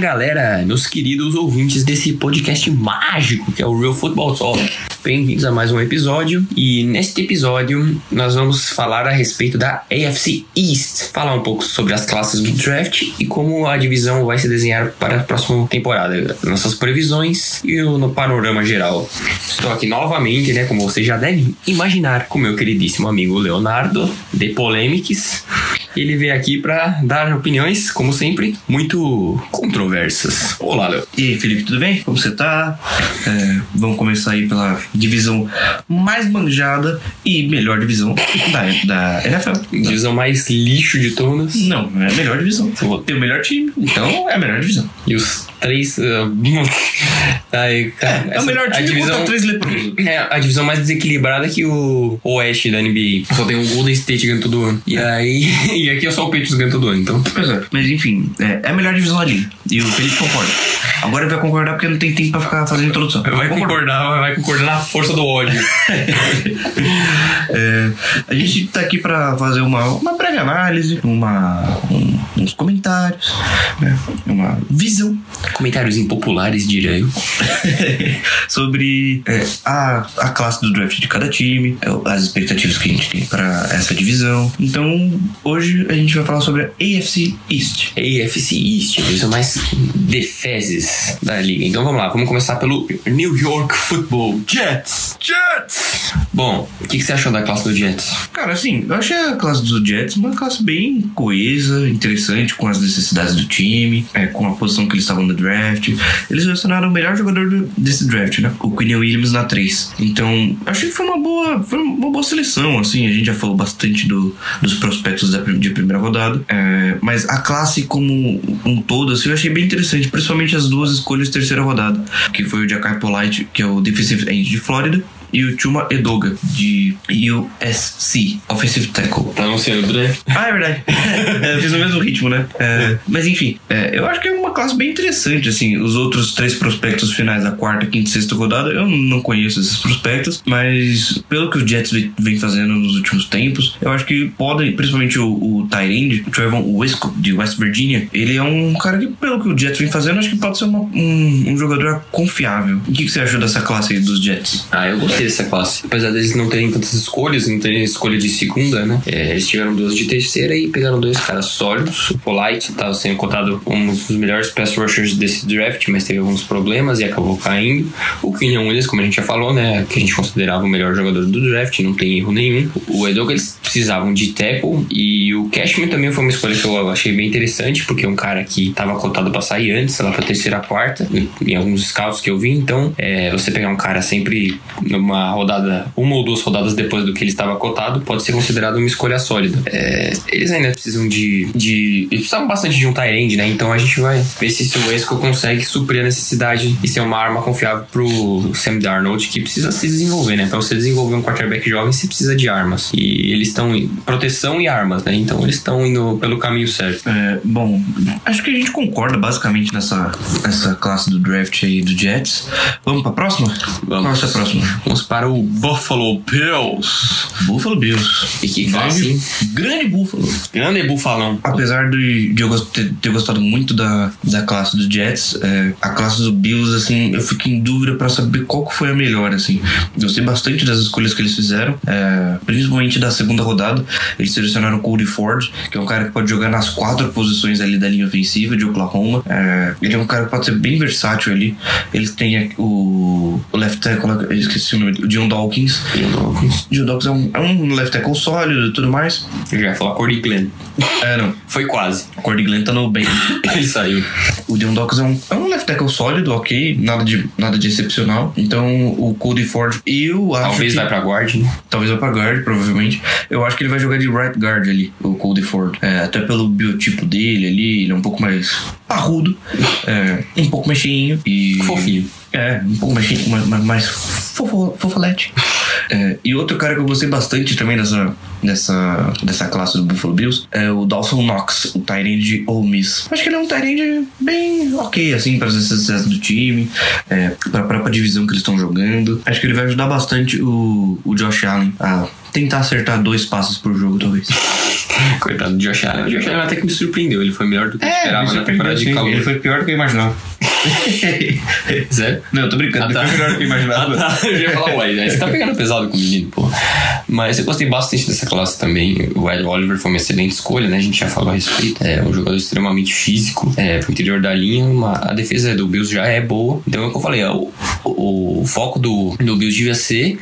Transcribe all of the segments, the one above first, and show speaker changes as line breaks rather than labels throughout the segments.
galera, meus queridos ouvintes desse podcast mágico que é o Real Football Talk. Bem-vindos a mais um episódio e neste episódio nós vamos falar a respeito da AFC East, falar um pouco sobre as classes do draft e como a divisão vai se desenhar para a próxima temporada, nossas previsões e o no panorama geral. Estou aqui novamente, né, como vocês já devem imaginar, com meu queridíssimo amigo Leonardo de Polemics. Ele veio aqui para dar opiniões, como sempre, muito controversas. Olá, Léo.
E aí, Felipe, tudo bem? Como você tá? É, vamos começar aí pela divisão mais manjada e melhor divisão da, da NFL.
Divisão mais lixo de todas.
Não, é a melhor divisão. Tem o melhor time, então é a melhor divisão.
E os três. ah, aí, cara,
É, o
essa-
melhor time
a divisão,
contra três leprosos.
É a divisão mais desequilibrada é que o Oeste da NBA. Só tem o Golden State ganhando todo ano. E aí. E aqui é só o Patriots ganhando todo ano, então.
Pois é. Mas enfim, é, é a melhor divisão ali. E o Felipe concorda. Agora ele vai concordar porque não tem tempo pra ficar fazendo introdução.
Vai concordar, vai concordar na força do ódio.
É, a gente tá aqui pra fazer uma, uma breve análise, uma, um- uns comentários, né, uma visão
Comentários impopulares, diria eu.
sobre é, a, a classe do draft de cada time, é, as expectativas que a gente tem pra essa divisão. Então, hoje a gente vai falar sobre a AFC East.
AFC East, a divisão mais defezes da liga. Então vamos lá, vamos começar pelo New York Football Jets. Jets! Bom, o que, que você achou da classe do Jets?
Cara, assim, eu achei a classe dos Jets uma classe bem coesa, interessante, com as necessidades do time, é, com a posição que eles estavam no draft. Eles selecionaram o melhor jogador do- desse draft, né? O Quinn Williams na 3. Então, achei que foi uma boa, foi uma boa seleção, assim. A gente já falou bastante do, dos prospectos da, prim- de primeira rodada. É, mas a classe como um todo, assim, eu achei bem interessante, principalmente as duas escolhas de terceira rodada, que foi o Jakai Polite, que é o defensive end de Flórida, e o Chuma Edoga, de USC, Offensive Tackle.
Tá anunciando, né?
Ah, é verdade. Eu fiz o mesmo ritmo, né? É, mas enfim, é, eu acho que é uma classe bem interessante, assim. Os outros três prospectos finais da quarta, quinta e sexta rodada, eu não conheço esses prospectos, mas pelo que o Jets vem- vem fazendo nos últimos tempos, eu acho que podem, principalmente o, o Tyrande, o Trevon Wesco, de West Virginia, ele é um cara que, pelo que o Jets vem fazendo, acho que pode ser uma- um, um jogador confiável. O que, que você achou dessa classe aí dos Jets?
Ah, eu gostei dessa classe. Apesar deles não terem tantas escolhas, não terem escolha de segunda, né? É, eles tiveram duas de terceira e pegaram dois caras sólidos. O Polite estava sendo cotado como um dos melhores pass rushers desse draft, mas teve alguns problemas e acabou caindo. O Kenyon Williams, como a gente já falou, né? Que a gente considerava o melhor jogador do draft, não tem erro nenhum. O Edoga, eles precisavam de tackle e o Cashman também foi uma escolha que eu achei bem interessante, porque é um cara que estava cotado para sair antes, sei lá pra terceira, quarta, em- em alguns scouts que eu vi. Então, é, você pegar um cara sempre numa rodada, uma ou duas rodadas depois do que ele estava cotado, pode ser considerado uma escolha sólida. É, eles ainda precisam de, de. Eles precisavam bastante de um end, né? Então a gente vai ver se esse Wesco consegue suprir a necessidade e ser uma arma confiável pro Sam Darnold, que precisa se desenvolver, né? Pra você desenvolver um quarterback jovem, você precisa de armas. E eles estão. em Proteção e armas, né? Então eles estão indo pelo caminho certo.
É, bom, acho que a gente concorda basicamente nessa, nessa classe do draft aí do Jets. Vamos pra próxima? Qual é a sua próxima?
Vamos para o Buffalo Bills.
Buffalo Bills.
E que classe,
Grande,
hein?
grande Buffalo.
Grande bufalão.
Apesar de, de eu gost- ter, ter gostado muito da, da classe do Jets, é, a classe do Bills, assim, eu fiquei em dúvida pra saber qual que foi a melhor, assim. Gostei bastante das escolhas que eles fizeram, é, principalmente da segunda rodada. Eles selecionaram o Cody Ford, que é um cara que pode jogar nas quatro posições ali da linha ofensiva de Oklahoma. É, ele é um cara que pode ser bem versátil ali. Eles têm o, o left tackle, eu esqueci o nome, o John Dawkins. John Dawkins é um, é um left tackle sólido e tudo mais.
Eu já ia falar Cordy Glenn.
É, não.
Foi quase. É
Cordy Glenn tá no bem.
Ele saiu.
O Dion Dawkins é um, é um left tackle sólido, ok, nada de, nada de excepcional. Então, o Cody Ford, eu acho
Talvez
que...
vai pra guard, né?
Talvez vá pra guard, provavelmente. Eu acho que ele vai jogar de right guard ali, o Cody Ford. É, até pelo biotipo dele ali, ele é um pouco mais parrudo, é, um pouco mais cheinho e...
Fofinho.
É, um pouco mais, chique, mais, mais- mais fofo, fofolete. É, e outro cara que eu gostei bastante também dessa, dessa, dessa classe do Buffalo Bills é o Dawson Knox, o Tyrande de Ole Miss. Acho que ele é um Tyrande bem ok, assim, para as necessidades do time, é, para a própria divisão que eles estão jogando. Acho que ele vai ajudar bastante o, o Josh Allen a tentar acertar dois passos por jogo, talvez.
Coitado do Josh Allen. O Josh Allen até que me surpreendeu. Ele foi melhor
É,
do que eu esperava na temporada de calor.
Ele foi pior do que eu imaginava.
Sério?
Não, eu tô brincando,
Ah, tá.
ele foi melhor do que eu imaginava.
Ah, tá. Eu já ia falar, ué, né? você tá pegando pesado com o menino, pô. Mas eu gostei bastante dessa classe também. O Ed Oliver foi uma excelente escolha, né? A gente já falou a respeito. É um jogador extremamente físico, é, pro interior da linha. uma- a defesa do Bills já é boa. Então é o que eu falei, ó, o, o- o foco do, do Bills devia ser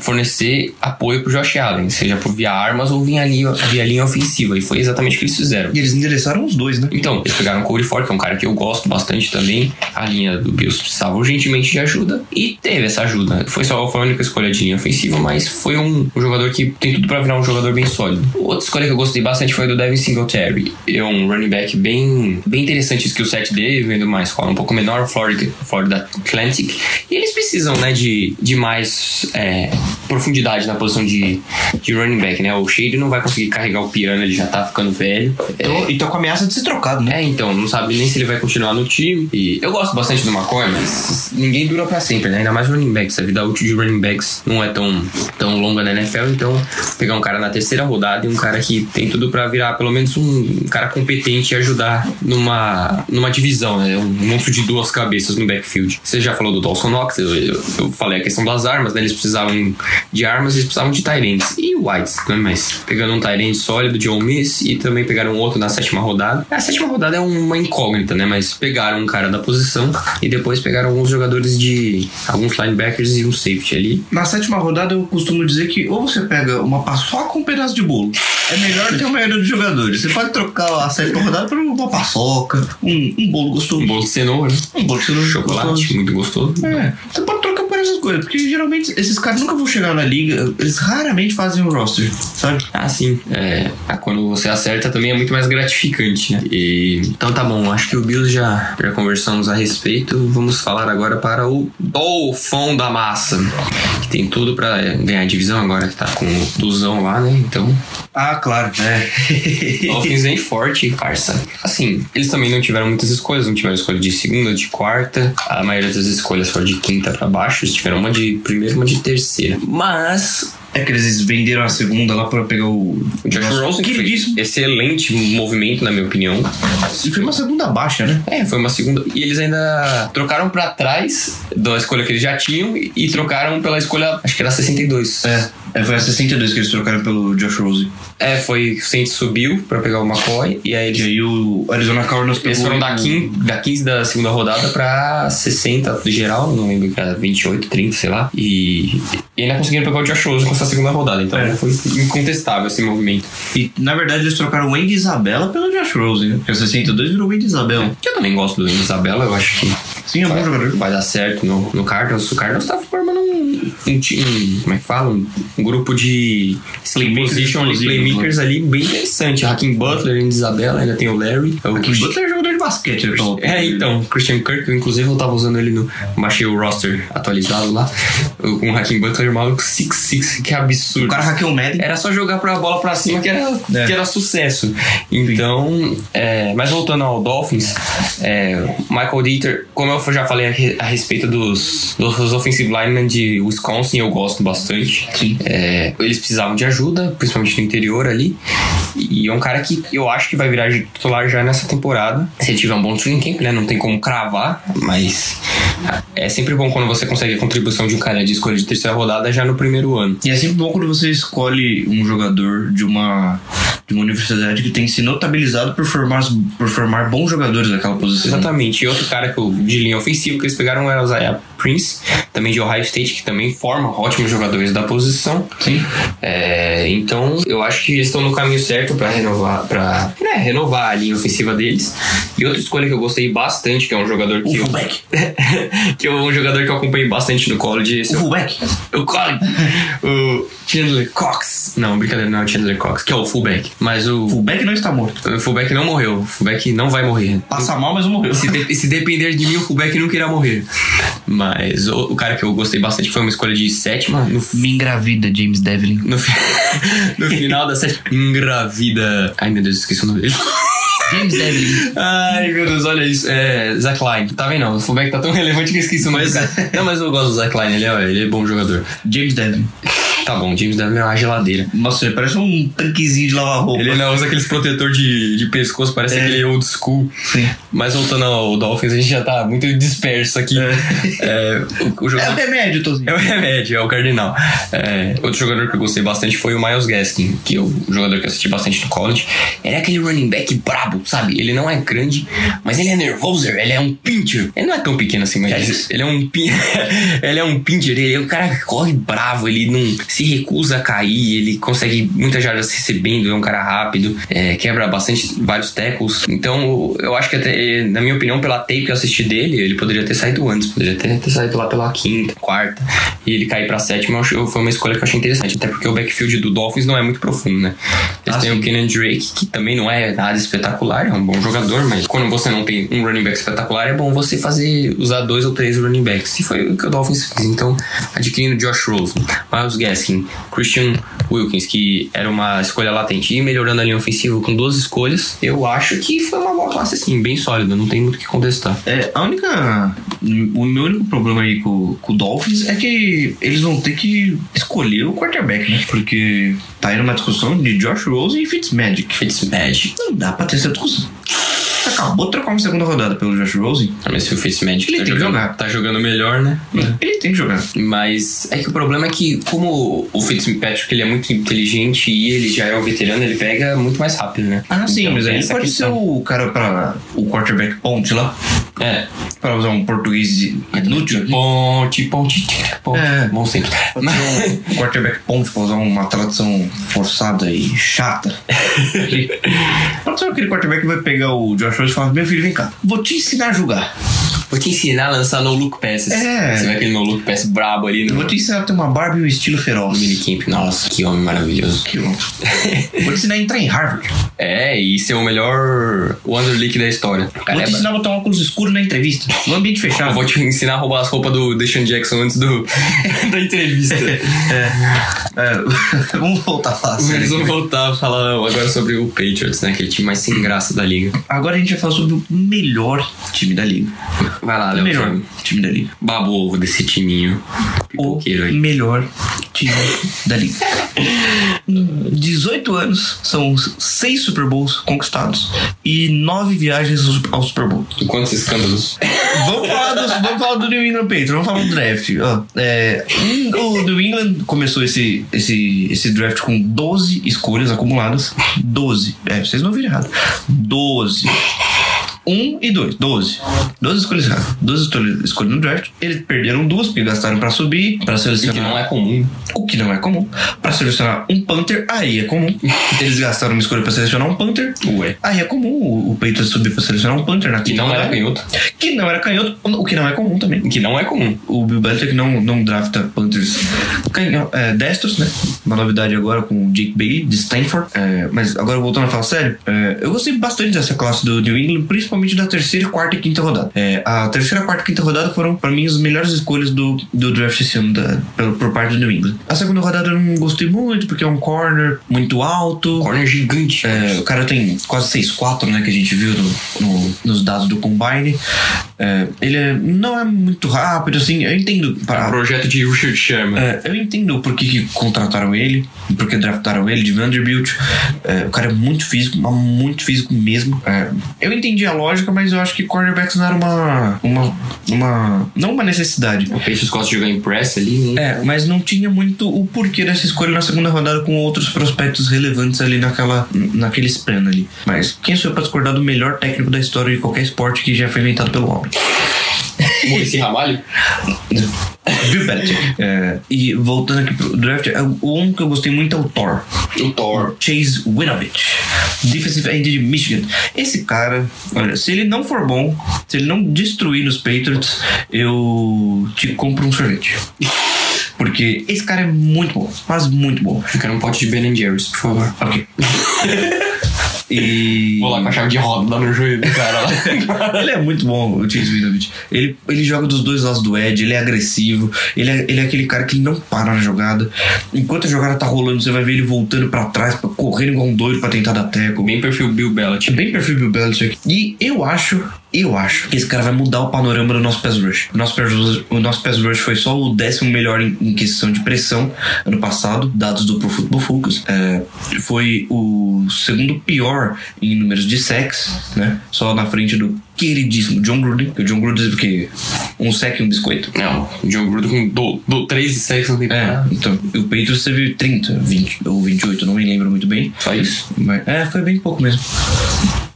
fornecer apoio pro Josh Allen, seja por via armas ou via linha, via linha ofensiva. E foi exatamente o que eles fizeram.
E eles endereçaram os dois, né?
Então, eles pegaram o Corey Ford, que é um cara que eu gosto bastante também. A linha do Bills precisava urgentemente de ajuda e teve essa ajuda. Foi só foi a única escolha de linha ofensiva, mas foi um, um jogador que tem tudo pra virar um jogador bem sólido. Outra escolha que eu gostei bastante foi a do Devin Singletary. É um running back bem, bem interessante, o skill set dele, vendo mais escola um pouco menor, Florida, Florida Atlantic. E eles precisam, né, de, de mais é, profundidade na posição de, de running back, né? O Shade não vai conseguir carregar o piano, ele já tá ficando velho. É,
Então, e tô com a ameaça de ser trocado, né?
é, então, não sabe nem se ele vai continuar no time. E eu gosto bastante do McCoy, mas ninguém dura pra sempre, né? Ainda mais running backs. A vida útil de running backs não é tão, tão longa na NFL, então pegar um cara na terceira rodada e um cara que tem tudo pra virar pelo menos um cara competente e ajudar numa, numa divisão, né? Um monstro de duas cabeças no backfield. Você já falou do Dawson Knox, eu, eu, eu falei a questão das armas, né? Eles precisavam de armas, eles precisavam de Tyrants. E Whites, né? Mas pegando um Tyrant sólido, John Miss, e também pegaram outro na sétima rodada. A sétima rodada é uma incógnita, né? Mas pegaram um cara da posição e depois pegaram alguns jogadores de. alguns linebackers e um safety ali.
Na sétima rodada eu costumo dizer que ou você pega uma paçoca com um pedaço de bolo. É melhor ter uma maioria dos jogadores. Você pode trocar a sétima rodada por uma paçoca, um, um bolo gostoso.
Um bolo de cenoura,
Um bolo de cenoura
chocolate,
gostoso.
muito gostoso.
É, você pode trocar por essas coisas, porque geralmente esses caras nunca vão chegar na liga, eles raramente fazem um roster, sabe?
Ah, sim. É, ah, quando você acerta também é muito mais gratificante, né? E, então tá bom, acho que o Bills já, já conversamos a respeito. Vamos falar agora para o Dolfão da Massa, que tem tudo pra é, ganhar a divisão agora, que tá com o Duzão lá, né? Então,
Ah, claro, é.
Dolphins vem forte, parça. Assim, eles também não tiveram muitas escolhas, não tiveram escolha de segunda, de quarta. A maioria das escolhas foram de quinta pra baixo, eles tiveram uma de primeira e uma de terceira. Mas
É que eles venderam a segunda lá pra pegar o.
o Josh
nosso
Rosen fez
Queridíssimo.
excelente movimento, na minha opinião.
E foi uma segunda baixa, né?
É, foi uma segunda. E eles ainda trocaram pra trás da escolha que eles já tinham e, e trocaram pela escolha, acho que era 62.
É, é, foi a 62 que eles trocaram pelo Josh Rose.
É, foi. O Saints subiu pra pegar o McCoy e aí
E
eles.
aí o Arizona Cardinals pegou. um-
Eles foram da
o-
15, da 15 da segunda rodada pra 60 do geral, não lembro, era 28, 30, sei lá. E, e ainda conseguiram pegar o Josh Rosen com essa segunda rodada, então
É.
foi incontestável esse movimento.
E na verdade eles trocaram o Wendy Isabella pelo Josh Rose, né? Porque o 62 virou Wendy Isabella.
Eu também gosto do Isabela, eu acho que
Sim, é um bom jogador.
vai dar certo no, no Cardinals. O Cardinals tá formando um, um time, como é que fala? Um, um grupo de skill
Playmakers né?
position ali,
explosivos,
playmakers ali bem interessante. Hakim Butler, Andy Isabella, ainda tem o Larry. O
O
Christian-
Butler é jogador de basquete, né? Paulo?
É, então, Christian Kirk, eu, inclusive eu tava usando ele no. Baixei o roster atualizado lá. Com o Hakim Butler, maluco 6-6, que absurdo.
O cara hackeou o Madden.
É, Era só jogar pra bola pra cima que era,
É.
que era sucesso. Então, é, mas voltando ao Dolphins, é, Michael Dieter, como eu já falei a, re- a respeito dos, dos offensive linemen de Wisconsin, eu gosto bastante.
Sim.
É, eles precisavam de ajuda, principalmente no interior ali. E é um cara que eu acho que vai virar titular já nessa temporada. Se ele tiver um bom training camp, né? Não tem como cravar, mas é sempre bom quando você consegue a contribuição de um cara de escolha de terceira rodada já no primeiro ano.
E é sempre bom quando você escolhe um jogador de uma, de uma universidade que tem se notabilizado por formar, por formar bons jogadores naquela posição.
Exatamente. E outro cara que eu- de linha ofensiva que eles pegaram era o Isaiah Prince, também de Ohio State, que também forma ótimos jogadores da posição.
Sim.
É, então, eu acho que eles estão no caminho certo para renovar, para renovar a linha ofensiva deles. E outra escolha que eu gostei bastante, que é um jogador
O
que eu,
fullback.
que é um jogador que eu acompanhei bastante no college, esse
O
é o
fullback.
o Colin, o Chandler Cox. Não, brincadeira, não é o Chandler Cox, que é o fullback. Mas o,
Fullback não está morto.
o fullback não morreu, o fullback não vai morrer.
Passa mal, mas não morreu.
Se, de- se depender de mim, o fullback nunca irá morrer. Mas o, o cara que eu gostei bastante foi uma escolha de sétima. No, fi-
Me engravida, James Devlin.
no, fi- no final da sétima. Engravida. Ai meu Deus, esqueci o nome dele.
James Devlin.
Ai meu Deus, olha isso. É, Zach Line. Tá vendo? O fullback tá tão relevante que eu esqueci o nome dele. Não, mas eu gosto do Zach Line, ele é, ele é bom é jogador.
James Devlin.
Tá bom, James Dunn é uma geladeira.
Nossa, ele parece um tanquezinho de lavar roupa.
Ele não usa aqueles protetor de, de pescoço, parece
É.
aquele old school.
Sim.
Mas voltando ao Dolphins, a gente já tá muito disperso aqui. É, o, o jogo...
É o remédio, Tozinho.
É o remédio, é o cardinal. É, outro jogador que eu gostei bastante foi o Miles Gaskin, que é o jogador que eu assisti bastante no college. Ele é aquele running back brabo, sabe? Ele não é grande, mas ele é nervoser, ele é um pincher. Ele não é tão pequeno assim, mas
Jesus.
ele é um pin... ele é um pincher, ele é o cara que corre bravo, ele não se recusa a cair, ele consegue muitas jardas recebendo, é um cara rápido, é, quebra bastante vários tackles. Então, eu acho que até, na minha opinião, pela tape que eu assisti dele, ele poderia ter saído antes, poderia ter, ter saído lá pela quinta, quarta, e ele cair pra sétima eu acho- foi uma escolha que eu achei interessante, até porque o backfield do Dolphins não é muito profundo, né? Eles
Ah,
têm o Kenan Drake, que também não é nada espetacular, é um bom jogador, mas quando você não tem um running back espetacular, é bom você fazer, usar dois ou três running backs, e foi o que o Dolphins fez, então adquirindo Josh Rosen, Miles Gaskin, Christian Wilkins, que era uma escolha latente, e melhorando a linha ofensiva com duas escolhas, eu acho que foi uma boa classe, assim, bem sólida, não tem muito o que contestar.
É, a única. O meu único problema aí com, com o Dolphins é que eles vão ter que escolher o quarterback, né? Porque tá aí numa discussão de Josh Rosen e Fitzmagic.
Fitzmagic.
Não dá pra ter essa discussão. Acabou de trocar uma segunda rodada pelo Josh Rosen.
Mas se o Fitzmagic
Ele
tá
tem que
jogando,
jogar.
tá jogando melhor, né?
Ele tem que jogar.
Mas é que o problema é que, como o Fitzpatrick ele é muito inteligente e ele já é um veterano, ele pega muito mais rápido, né?
Ah, sim,
Então,
mas
tem
aí ele
essa
pode
questão.
ser o cara pra. o quarterback ponte lá.
É.
Pra usar um português inútil. aqui.
Ponte, ponte, ponte.
É.
Bom sempre.
Pode ser um quarterback ponte pra usar uma tradução forçada e chata. Pode ser aquele quarterback que vai pegar o Josh Rosen e falar: Meu filho, vem cá, vou te ensinar a jogar.
Vou te ensinar a lançar no look passes.
É.
Você vai aquele no look pass brabo ali
Vou
no
te ensinar a ter uma barba e um estilo feroz.
minicamp. Nossa, que homem maravilhoso.
Que bom. Vou te ensinar a entrar em Harvard.
É, e ser o melhor Wanderlick da história. O cara
Vou
é
te
brabo.
ensinar a botar um óculos escuro na entrevista. No ambiente
Eu
fechado.
vou te ensinar a roubar as roupas do Deshaun Jackson antes do, da entrevista.
É, vamos voltar a falar sério
Mas
aqui,
vamos
né?
voltar a falar agora sobre o Patriots, né? Aquele time mais sem graça da liga.
Agora a gente vai falar sobre o melhor time da liga.
Vai lá,
O
Léo.
melhor
Fábio.
time da liga.
é Babo ovo desse timinho.
O
Pipoqueiro aí.
melhor time da liga. Em 18 anos, são seis Super Bowls conquistados e nove viagens ao Super Bowl.
Quantos escândalos?
Vamos falar, dos- vamos falar do New England Patriots, vamos falar do draft. Ó, é, um- o New England começou esse, esse, esse draft com 12 escolhas acumuladas. 12. É, vocês não viram errado. 12. 1 e 2, 12. 12 escolhas erradas. 12 escolhas, escolhas no draft. Eles perderam duas, porque gastaram pra subir, pra
Que
selecionar
não é comum.
o que não é comum. Pra selecionar um Panther, aí é comum. Eles gastaram uma escolha pra selecionar um Panther.
Ué.
Aí é comum o, o Patriots subir pra selecionar um Panther na
Que
quinta
não era
rodada.
canhoto.
Que não era canhoto, o que não é comum também.
Que não é comum.
O Bill Belichick não, não drafta Panthers canhão- é, destros, né? Uma novidade agora com o Jake Bailey, de Stanford. É, mas agora voltando a falar sério, é, eu gostei bastante dessa classe do New England, principalmente da terceira, quarta e quinta rodada. É, a terceira, quarta e quinta rodada foram, pra mim, as melhores escolhas do, do draft esse ano da, pelo, por parte do New England. A segunda rodada eu não gostei muito, porque é um corner muito alto.
Corner gigante.
É, o cara tem quase 6'4, né? Que a gente viu no- no- nos dados do Combine. É, ele é- não é muito rápido, assim. Eu entendo.
Um
pra-
Projeto de Richard Sherman.
é, eu entendo por que, que contrataram ele, por que draftaram ele de Vanderbilt. É, o cara é muito físico, mas muito físico mesmo. É, eu entendi a lógica, mas eu acho que cornerbacks não era uma. uma, uma não uma necessidade.
O Patriots gosta de jogar em press ali, né?
É, mas não tinha muito o porquê dessa escolha na segunda rodada com outros prospectos relevantes ali naquela, naquele span ali. Mas quem sou eu pra discordar do melhor técnico da história de qualquer esporte que já foi inventado pelo homem?
Esse Ramalho.
Bill Belichick. É, e voltando aqui pro draft, é, o um que eu gostei muito é o Thor.
O Thor.
Chase Winovich, defensive end de Michigan. Esse cara, olha, se ele não for bom, se ele não destruir nos Patriots, eu te compro um sorvete. Porque esse cara é muito bom, mas muito bom.
Eu quero um pote de Ben and Jerry's, por favor.
Ok. E.
Vou lá com a chave de roda lá no joelho do cara lá.
Ele é muito bom, o Chase Winovich. Ele, ele joga dos dois lados do Ed, ele é agressivo, ele é, ele é aquele cara que não para na jogada. Enquanto a jogada tá rolando, você vai ver ele voltando pra trás, pra- correndo igual um doido pra tentar dar teco.
Bem perfil Bill Belichick.
Bem perfil Bill Belichick. E eu acho Eu acho que esse cara vai mudar o panorama do nosso pass rush. O nosso pass rush, o nosso pass rush foi só o décimo melhor em, em questão de pressão ano passado, dados do Pro Football Focus. É, foi o segundo pior em números de sacks, né? Só na frente do queridíssimo John Gruden. Que o John Gruden teve o quê? Um sack e um biscoito.
Não, o John Gruden com do, do 3 e 6 não tem
É, então, o Patriots teve 30, 20 ou 28, não me lembro muito bem.
Só isso.
Mas, é, foi bem pouco mesmo.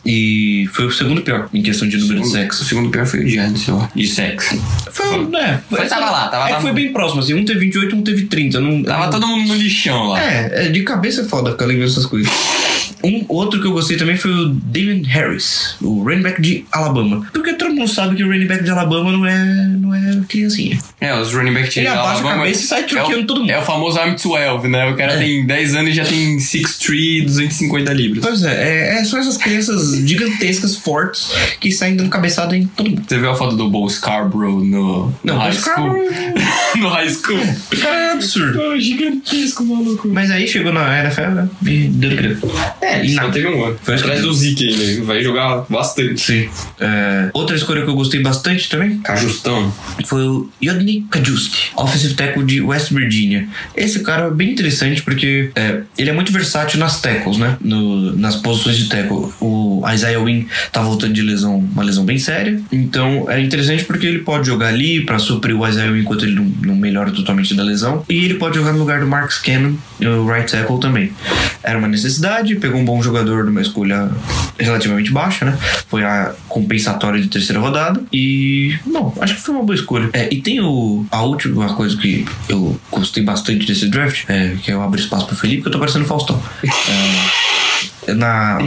E foi o segundo pior em questão de número de
O
sexo.
segundo pior foi o Giants, eu acho. De sexo.
Foi, é,
Foi, tava lá, tava
é que
lá.
Foi bem próximo, assim. Um teve 28, um teve 30. Não,
Tava todo mundo no lixão lá.
É, é, de cabeça é foda ficar lembrando essas coisas. Um outro que eu gostei também foi o Damon Harris, o running back de Alabama. Porque todo mundo sabe que o running back de Alabama não é, não é criancinha.
É, os running back de
Ele abaixa a
Alabama,
cabeça e sai truqueando
é o-
todo mundo. É.
É o famoso I'm 12, né? O cara tem 10 anos e já tem 6'3", 250 libras.
Pois é, é, é, são essas crianças gigantescas, fortes, que saem dando cabeçada em todo mundo.
Você viu a foto do Bo Scarborough no, no
Não,
high
o cara,
school? no high school.
o cara é absurdo.
Oh, gigantesco, maluco.
Mas aí chegou na NFL, né? E deu no que deu.
É, ele só
Não.
teve um ano. Foi atrás do Zeke ainda. Vai jogar bastante.
Sim. É, outra escolha que eu gostei bastante também
Cajustão.
foi o Yodney Kajusti, offensive tackle de West Virginia. Esse cara é bem interessante porque é, ele é muito versátil nas tackles, né? No- nas posições de tackle. O Isaiah Wynn tá voltando de lesão, uma lesão bem séria. Então é interessante porque ele pode jogar ali pra suprir o Isaiah Wynn enquanto ele não, não melhora totalmente da lesão. E ele pode jogar no lugar do Marcus Cannon, o right tackle também. Era uma necessidade, pegou um bom jogador numa escolha relativamente baixa, né? Foi a compensatória de terceira rodada. E, bom, acho que foi uma boa escolha. É, e tem o, a última coisa que eu gostei bastante desse draft, é, que eu abro espaço pro Felipe, que eu tô parecendo Faustão. É, na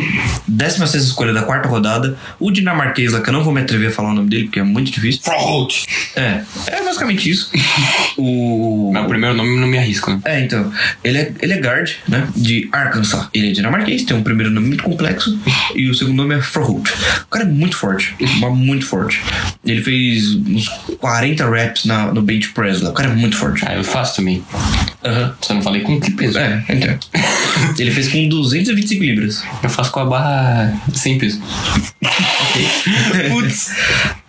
16 escolha da quarta rodada, o dinamarquês lá, que eu não vou me atrever a falar o nome dele, porque é muito difícil.
Froholt.
É, é basicamente isso. o.
Mas o primeiro nome não me arrisco, né?
É, então. Ele é, ele é guard, né? De Arkansas. Ele é dinamarquês, tem um primeiro nome muito complexo e o segundo nome é Froholt. O cara é muito forte, mas muito forte. Ele fez uns 40 reps na, no bench press lá. O cara é muito forte.
Ah, eu faço também.
Aham.
Só não falei com que peso.
É, então. Ele fez com 225 libras.
Eu faço com a barra sem peso. Putz.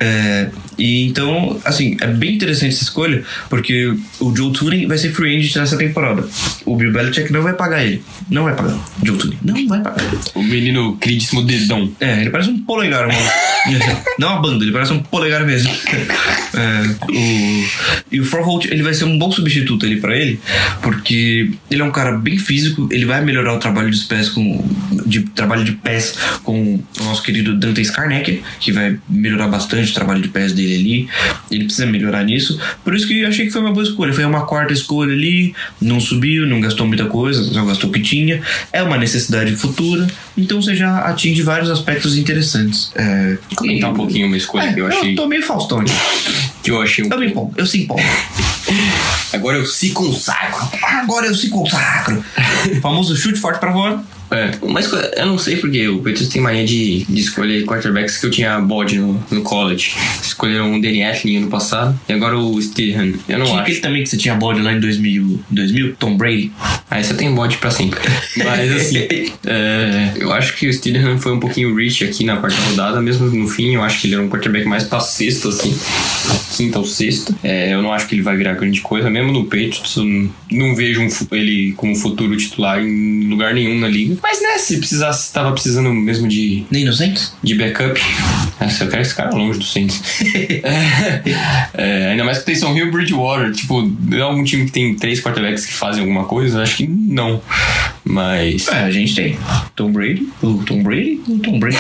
É, e então, assim, é bem interessante essa escolha, porque o Joe Turing vai ser free agent nessa temporada. O Bill Belichick não vai pagar ele. Não vai pagar. Joe Turing. Não vai pagar.
O menino queridíssimo dedão.
É, ele parece um polegar, mano. Não uma banda, ele parece um polegar mesmo. É, o, e o Forholt, ele vai ser um bom substituto ali pra ele, porque ele é um cara bem físico, ele vai melhorar o trabalho dos pés com. De, trabalho de pés com o nosso querido Dante Skarnek, que vai melhorar bastante o trabalho de pés dele ali. Ele precisa melhorar nisso. Por isso que eu achei que foi uma boa escolha. Foi uma quarta escolha ali, não subiu, não gastou muita coisa, só gastou o que tinha. É uma necessidade futura, então você já atinge vários aspectos interessantes. É,
Comentar um pouquinho uma escolha
É,
que eu
eu
achei.
tô meio Faustão aqui.
Que eu achei um...
Eu me empolgo, eu se empolgo.
Agora eu um se consagro.
Agora eu se consagro. O famoso chute forte pra voar.
É, mas co- eu não sei porque o Patriots tem mania de, de escolher quarterbacks que eu tinha bode no, no college. Escolheram o Danny Etling ano passado e agora o Stehan. Eu não
Tinha
acho.
aquele também que você tinha bode lá em 2000, 2000 Tom Brady.
Aí você tem bode pra sempre. Mas assim, é, eu acho que o Stehan foi um pouquinho rich aqui na quarta rodada, mesmo no fim. Eu acho que ele era um quarterback mais pra sexta, assim. Quinta ou sexta. É, eu não acho que ele vai virar grande coisa. Mesmo no Patriots, eu não, não vejo um fu- ele como futuro titular em lugar nenhum na liga. Mas né, se precisasse, tava precisando mesmo de
Nem inocentes?
de backup. Nossa, eu quero esse cara longe do Saints. É, ainda mais que tem São Rio e Bridgewater. Tipo, é algum time que tem três quarterbacks que fazem alguma coisa? Acho que não. Mas.
É, a gente tem. Tom Brady. O Tom Brady? O Tom Brady.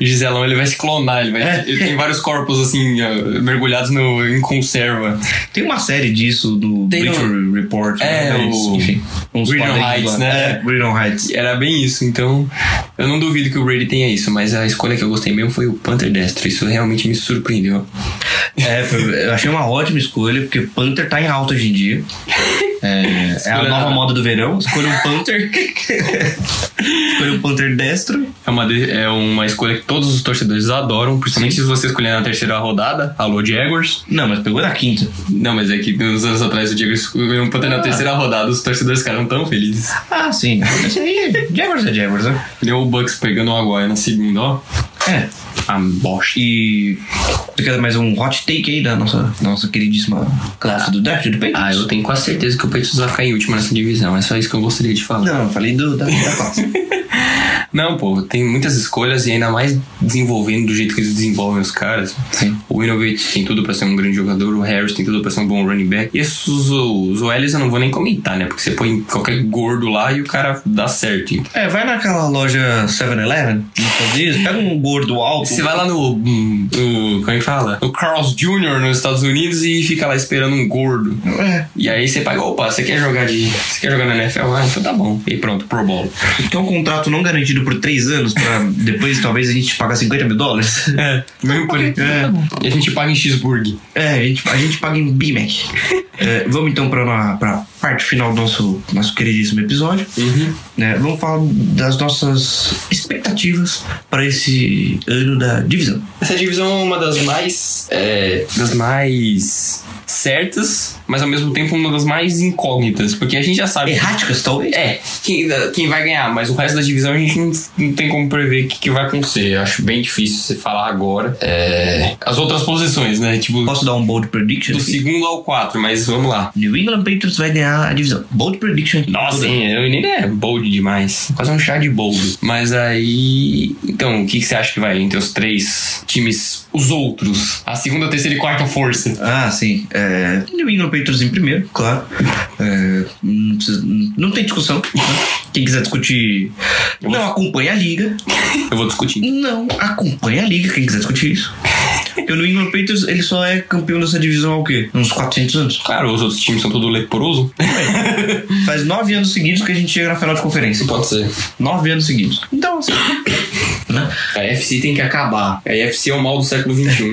Giselão, ele vai se clonar. Ele, vai, ele tem vários corpos, assim, eh, mergulhados no, em conserva.
Tem uma série disso do
Tem
Bleacher Report.
É,
né? Mas,
o-
Enfim. Uns
Green on
quadrinhos
Heights,
lá.
né?
É, Green on Heights.
Era bem isso. Então, eu não duvido que o Brady tenha isso. Mas a escolha que eu gostei mesmo foi o Panther Destro. Isso realmente me surpreendeu.
É, foi- eu achei uma ótima escolha, porque Panther tá em alta hoje em dia. É, é a
Escolha-
nova moda do verão. Escolha um Panther. Escolha um Panther destro.
É uma, de- é uma escolha que todos os torcedores adoram, principalmente se você escolher na terceira rodada. Alô, Jaguars.
Não, mas pegou na quinta.
Não, mas é que uns anos atrás o Diego escolheu um Panther na terceira rodada, os torcedores ficaram tão felizes.
Ah, sim. Isso aí, Jaguars é Jaguars, né?
Deu o Bucks pegando o Aguaia na segunda, ó.
É, É.
A bosta.
E tu quer mais um hot take aí da nossa, nossa queridíssima classe do draft do Patriots?
Ah, eu tenho quase certeza que o Patriots vai ficar em último nessa divisão. É só isso que eu gostaria de falar.
Não, eu falei do, da, da classe.
Não, pô, tem muitas escolhas e ainda mais desenvolvendo do jeito que eles desenvolvem os caras.
Sim.
O Inovate tem tudo pra ser um grande jogador, o Harris tem tudo pra ser um bom running back. E esses, os OLs eu não vou nem comentar, né? Porque você põe qualquer gordo lá e o cara dá certo. E
É, vai naquela loja 7-Eleven, nos Estados Unidos, pega um gordo alto.
Você vai lá no, no. Como é que fala? No Carl's Jr. nos Estados Unidos e fica lá esperando um gordo.
É.
E aí você paga, opa, você quer jogar de. Você quer jogar na NFL? Ah, então tá bom. E pronto, Pro Bowl.
Tem um contrato não garantido por 3 anos pra depois talvez a gente pagar 50 mil dólares.
É, mesmo por
Ok, tá
E a gente paga em cheeseburger.
É, a gente, a gente paga em BMAC. É, vamos então pra, na- pra parte final do nosso, nosso queridíssimo episódio.
Uhum.
né? Vamos falar das nossas expectativas para esse ano da divisão.
Essa divisão é uma das mais. é, das mais certas, mas ao mesmo tempo uma das mais incógnitas. Porque a gente já sabe.
Erráticas, talvez?
É, quem, quem vai ganhar, mas o resto da divisão a gente não, não tem como prever o que, que vai acontecer. Eu acho bem difícil você falar agora. É, as outras posições, né? Tipo,
Posso dar um bold prediction?
do
aqui?
segundo ao quatro, mas vamos lá.
New England Patriots vai ganhar a divisão. Bold prediction. aqui.
Nossa, hein? Eu nem é bold demais. Quase um chá de boldo. Mas aí. Então, o que, que você acha que vai entre os três times, os outros? A segunda, terceira e quarta força.
Ah, sim. É, New England Patriots em primeiro, claro. É, não, precisa- não tem discussão. né? Quem quiser discutir, não acompanha a liga.
Eu vou discutir.
Não acompanha a liga, quem quiser discutir isso. Porque o New England Patriots, ele só é campeão dessa divisão há o quê? Uns 400 anos?
Claro, os outros times são tudo leproso.
Faz nove anos seguidos que a gente chega na final de conferência.
Pode ser.
Nove anos seguidos. Então, assim. né?
A FC tem que acabar. A FC é o mal do século XXI.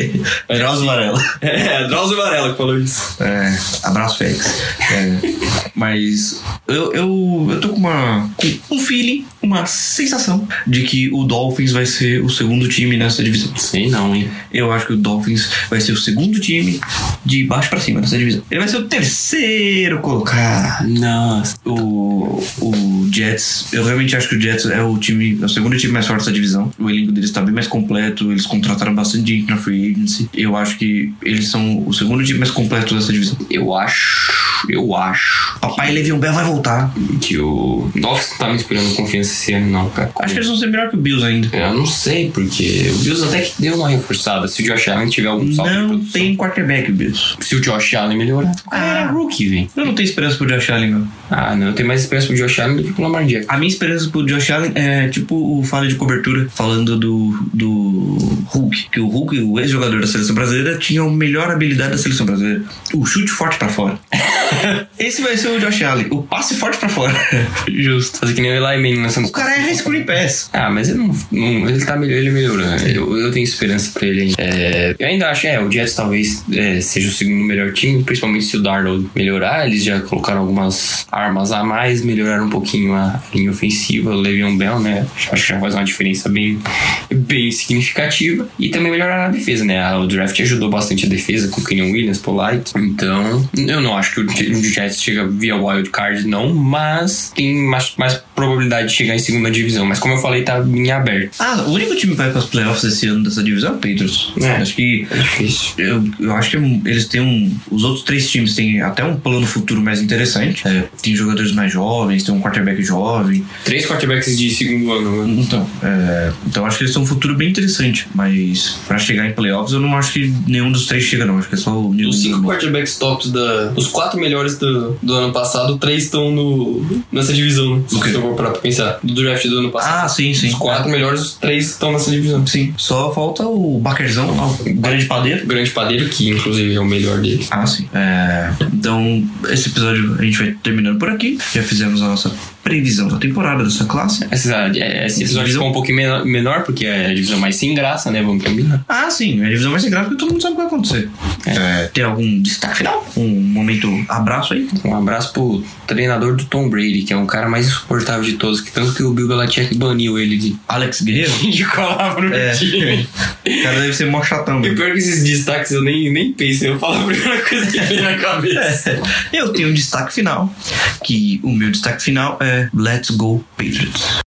Drauzio Varela.
É, Drauzio Varela que falou isso.
É, abraço, Félix. É, mas eu, eu, eu tô com, uma, com um feeling, uma sensação de que o Dolphins vai ser o segundo time nessa divisão.
Sei não, hein?
Eu acho que o Dolphins vai ser o segundo time de baixo pra cima nessa divisão. Ele vai ser o terceiro colocado.
Nossa.
O, o Jets, eu realmente acho que o Jets é o time, é o segundo time mais forte dessa divisão. O elenco deles tá bem mais completo, eles contrataram bastante gente na free agency. Eu acho que eles são o segundo time mais completo dessa divisão.
Eu acho. Eu acho
Papai Levião Bell vai voltar.
que o. Dolphins não tá me inspirando confiança esse ano, não, cara.
Acho que eles vão ser melhor que o Bills ainda.
Eu não sei, porque o Bills até que deu uma reforçada. Se o Josh Allen tiver algum salto de
Não
produção.
tem quarterback o Bills.
Se o Josh Allen melhorar, o cara
Ah.
era rookie, velho.
Eu não tenho esperança pro Josh Allen, meu.
Ah, não, eu tenho mais esperança pro Josh Allen do que pro Lamar Jackson.
A minha esperança pro Josh Allen é tipo o falha de cobertura, falando do, do Hulk. Que o Hulk, o ex-jogador da seleção brasileira, tinha a melhor habilidade da seleção brasileira. O chute forte pra fora. Esse vai ser o Josh Allen. O passe forte pra fora.
Justo. Fazer que nem o Eli Manning lançando.
O cara erra screen pass.
Ah, mas ele não. não- ele tá melhor, ele melhorou. né? Eu, eu tenho esperança pra ele ainda. É, eu ainda acho, é, o Jets talvez é, seja o segundo melhor time, principalmente se o Darnold melhorar. Eles já colocaram algumas armas a mais, melhoraram um pouquinho a linha ofensiva, o Le'Veon Bell, né? Acho que já faz uma diferença bem, bem significativa. E também melhoraram a defesa, né? O draft ajudou bastante a defesa com o Kenyon Williams, Polite. Então, eu não acho que o J- o Jets chega via wild card, não, mas tem mais, mais probabilidade de chegar em segunda divisão. Mas como eu falei, tá em aberto.
Ah, o único time que vai pras playoffs esse ano dessa divisão é o Patriots.
É.
Acho que
É difícil.
Eu, eu acho que eles têm um. Os outros três times têm até um plano futuro mais interessante. É, tem jogadores mais jovens, tem um quarterback jovem.
Três quarterbacks de segundo ano, né?
Então, é, então acho que eles têm um futuro bem interessante. Mas pra chegar em playoffs, eu não acho que nenhum dos três chega, não. Acho que é só o New
Dos cinco
England.
quarterbacks tops da. Os quatro melhores do, do ano passado, três estão no, nessa divisão, né?
O quê?
Se eu vou parar pra pensar. Do draft do ano passado.
Ah, sim, sim.
os quatro melhores, os três estão nessa divisão.
Sim. Só falta o Bakerzão, lá, o grande padeiro.
O grande padeiro, que inclusive é o melhor deles.
Ah, sim. É, então, esse episódio a gente vai terminando por aqui. Já fizemos a nossa previsão da temporada dessa classe.
Essa, é, esse episódio
Divisão-
ficou um pouquinho menor, menor, porque é a divisão mais sem graça, né? Vamos combinar.
Ah, sim, é a divisão mais sem graça porque todo mundo sabe o que vai acontecer. É, tem algum destaque final? Um momento abraço aí?
Um abraço pro treinador do Tom Brady, que é um cara mais insuportável de todos, que tanto que o Bill Belichick baniu ele de,
Alex Guerreiro?
de colar pro
É.
time.
O cara deve ser mó chatão,
E
mano.
pior que esses destaques eu nem, nem penso, eu falo a primeira coisa que vem na cabeça.
Eu tenho um destaque final, que o meu destaque final é Let's é Go Patriots.